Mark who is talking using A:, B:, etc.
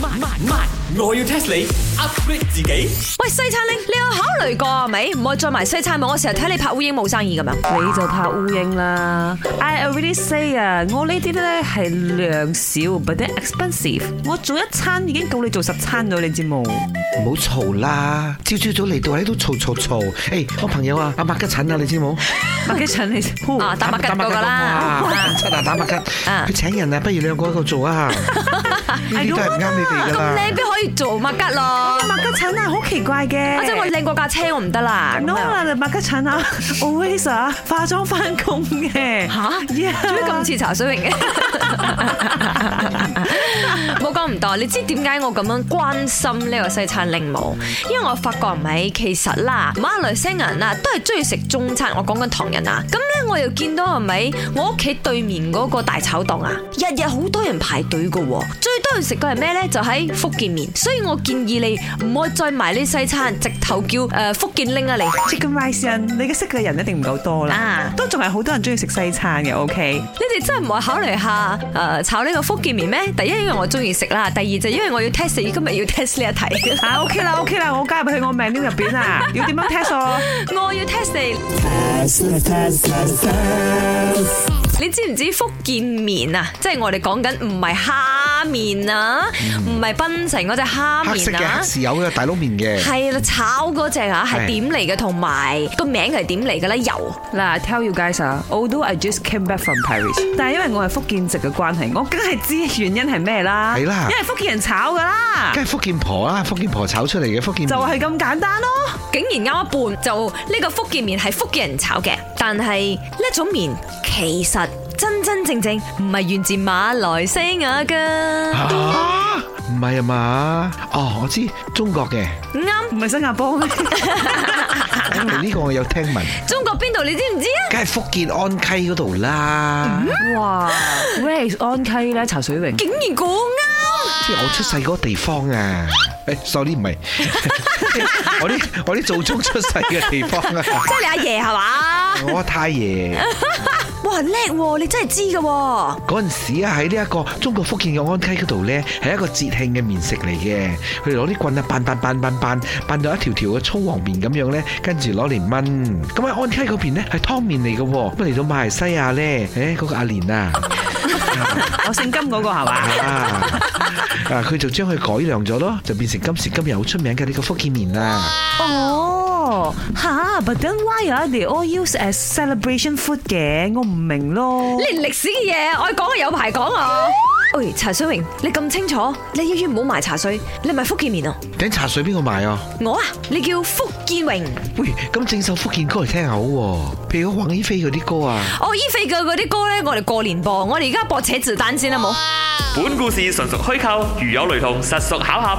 A: 慢慢慢，我要 test 你 upgrade 自己。
B: 喂，西餐拎，你有考慮過係咪？唔好再埋西餐網，我成日睇你拍烏蠅冇生意咁樣。
C: 你就拍烏蠅啦！I already say 啊，我呢啲咧係量少，but then expensive。我做一餐已經夠你做十餐咗，你知冇？
D: 唔好嘈啦！朝朝早嚟到喺度嘈嘈嘈。誒，我朋友啊，阿麥吉陳啊，你知冇？
C: 麥吉陳你
B: 啊， 打麥吉嗰個啦，
D: 打麥吉啊，打麥吉。
B: 啊
D: 佢請人啊，不如兩個喺度 做啊！呢啲都係唔啱你
B: 哎
D: 哋㗎
B: 咁
D: 啦
B: 靚。邊可以做麥吉咯？
C: 麥吉陳啊，好奇怪嘅。
B: 啊，即係我靚過架車，我唔得啦。咁
C: no
B: 樣
C: 啦，你麥吉 陳啊，always 啊，化妝翻工嘅。
B: 吓，做咩
C: Yeah
B: 咁似茶水 榮嘅？冇講唔多，你知點解我咁樣關心呢個西餐令冇？因為我發覺唔係，其實啦，馬來西亞人啊都係中意食中餐。我講緊唐人啊，咁咧我又見到係咪我屋企對面嗰個大炒檔啊，日日好多人排隊㗎喎，最多人食嘅係咩咧？就喺福建麵，所以我建議你唔好再買呢西餐，直頭叫誒福建拎啊你。
C: Chicken rice 人，你嘅識嘅人一定唔夠多啦
B: 啊，
C: 都仲係好多人中意食西餐嘅，OK？
B: 你哋真係唔可以考慮下誒、呃炒呢個福建麵咩？第一因為我中意食啦，第二就因為我要 test 你今日要 test 呢一題，
C: 啊，OK 啦，OK 啦，我加入去我 menu 入邊啊，要點樣 test 我？
B: 我要 test 你。你知唔知福建麵啊？即係我哋講緊唔係蝦麵啊，唔係檳城嗰只蝦
D: 黑色
B: 麵
D: 嘅黑
B: 啊。
D: 豉油嘅大佬面嘅。
B: 係啦，炒嗰只啊，係
D: 係
B: 點嚟嘅，同埋個名係點嚟嘅咧？油
C: 嗱，I tell you guys 啊，although I just came back from Paris，但係因為我係福建籍嘅關係，我梗係知原因係咩啦。
D: 係啦
C: 因為福建人炒噶啦，
D: 梗係福建婆啦，福建婆炒出嚟嘅福建
C: 就
D: 麵
C: 係咁簡單咯。
B: 竟然啱一半，就呢個福建麵係福建人炒嘅，但係呢種麵其實真真正正唔係源自馬來西亞噶，
D: 啊，唔係啊嘛？哦，我知中國嘅，
B: 啱
C: 唔係新加坡咩？
D: 呢個我有聽聞，
B: 中國邊度你知唔知啊？
D: 梗係福建安溪嗰度
B: 嗯
D: 啦。
C: 哇，Where is 安溪咧？茶水榮
B: 竟然估啱，
D: 即係我出世嗰個地方啊！誒，sorry 唔係，我啲我啲祖宗出世嘅地方啊！
B: 即係你阿爺係嘛？
D: 我太爺
B: 哇叻喎，你真係知㗎喎！
D: 嗰陣時啊，喺呢一個中國福建嘅安溪嗰度咧，係一個節慶嘅麵食嚟嘅。佢哋攞啲棍啊，扮扮扮扮扮扮到一條條嘅粗黃麵咁樣咧，跟住攞嚟炆。咁喺安溪嗰邊咧係湯麵嚟嘅喎。咁啊嚟到馬來西亞咧，誒嗰個阿蓮啊，
C: 我姓金嗰個係嘛？
D: 啊啊佢就將佢改良咗咯，就變成今時今日好出名嘅呢個福建麵啊啦。
C: 哦，吓，But then why are they all used as celebration food 嘅？我唔明咯。
B: 你歷史嘅嘢，我講有排講啊！喂，茶水榮，你咁清楚，你一於唔好賣茶水，你咪福建麵啊！
D: 頂茶水邊個買啊？
B: 我啊，你叫福建榮。
D: 喂，咁整首福建歌嚟聽下好喎，譬如黃依飛嗰啲歌啊，
B: 哦，伊菲嘅嗰啲歌咧，我哋過年播，我哋而家播扯字單先啦，冇。
E: 本故事純屬虛構，如有雷同，實屬巧合。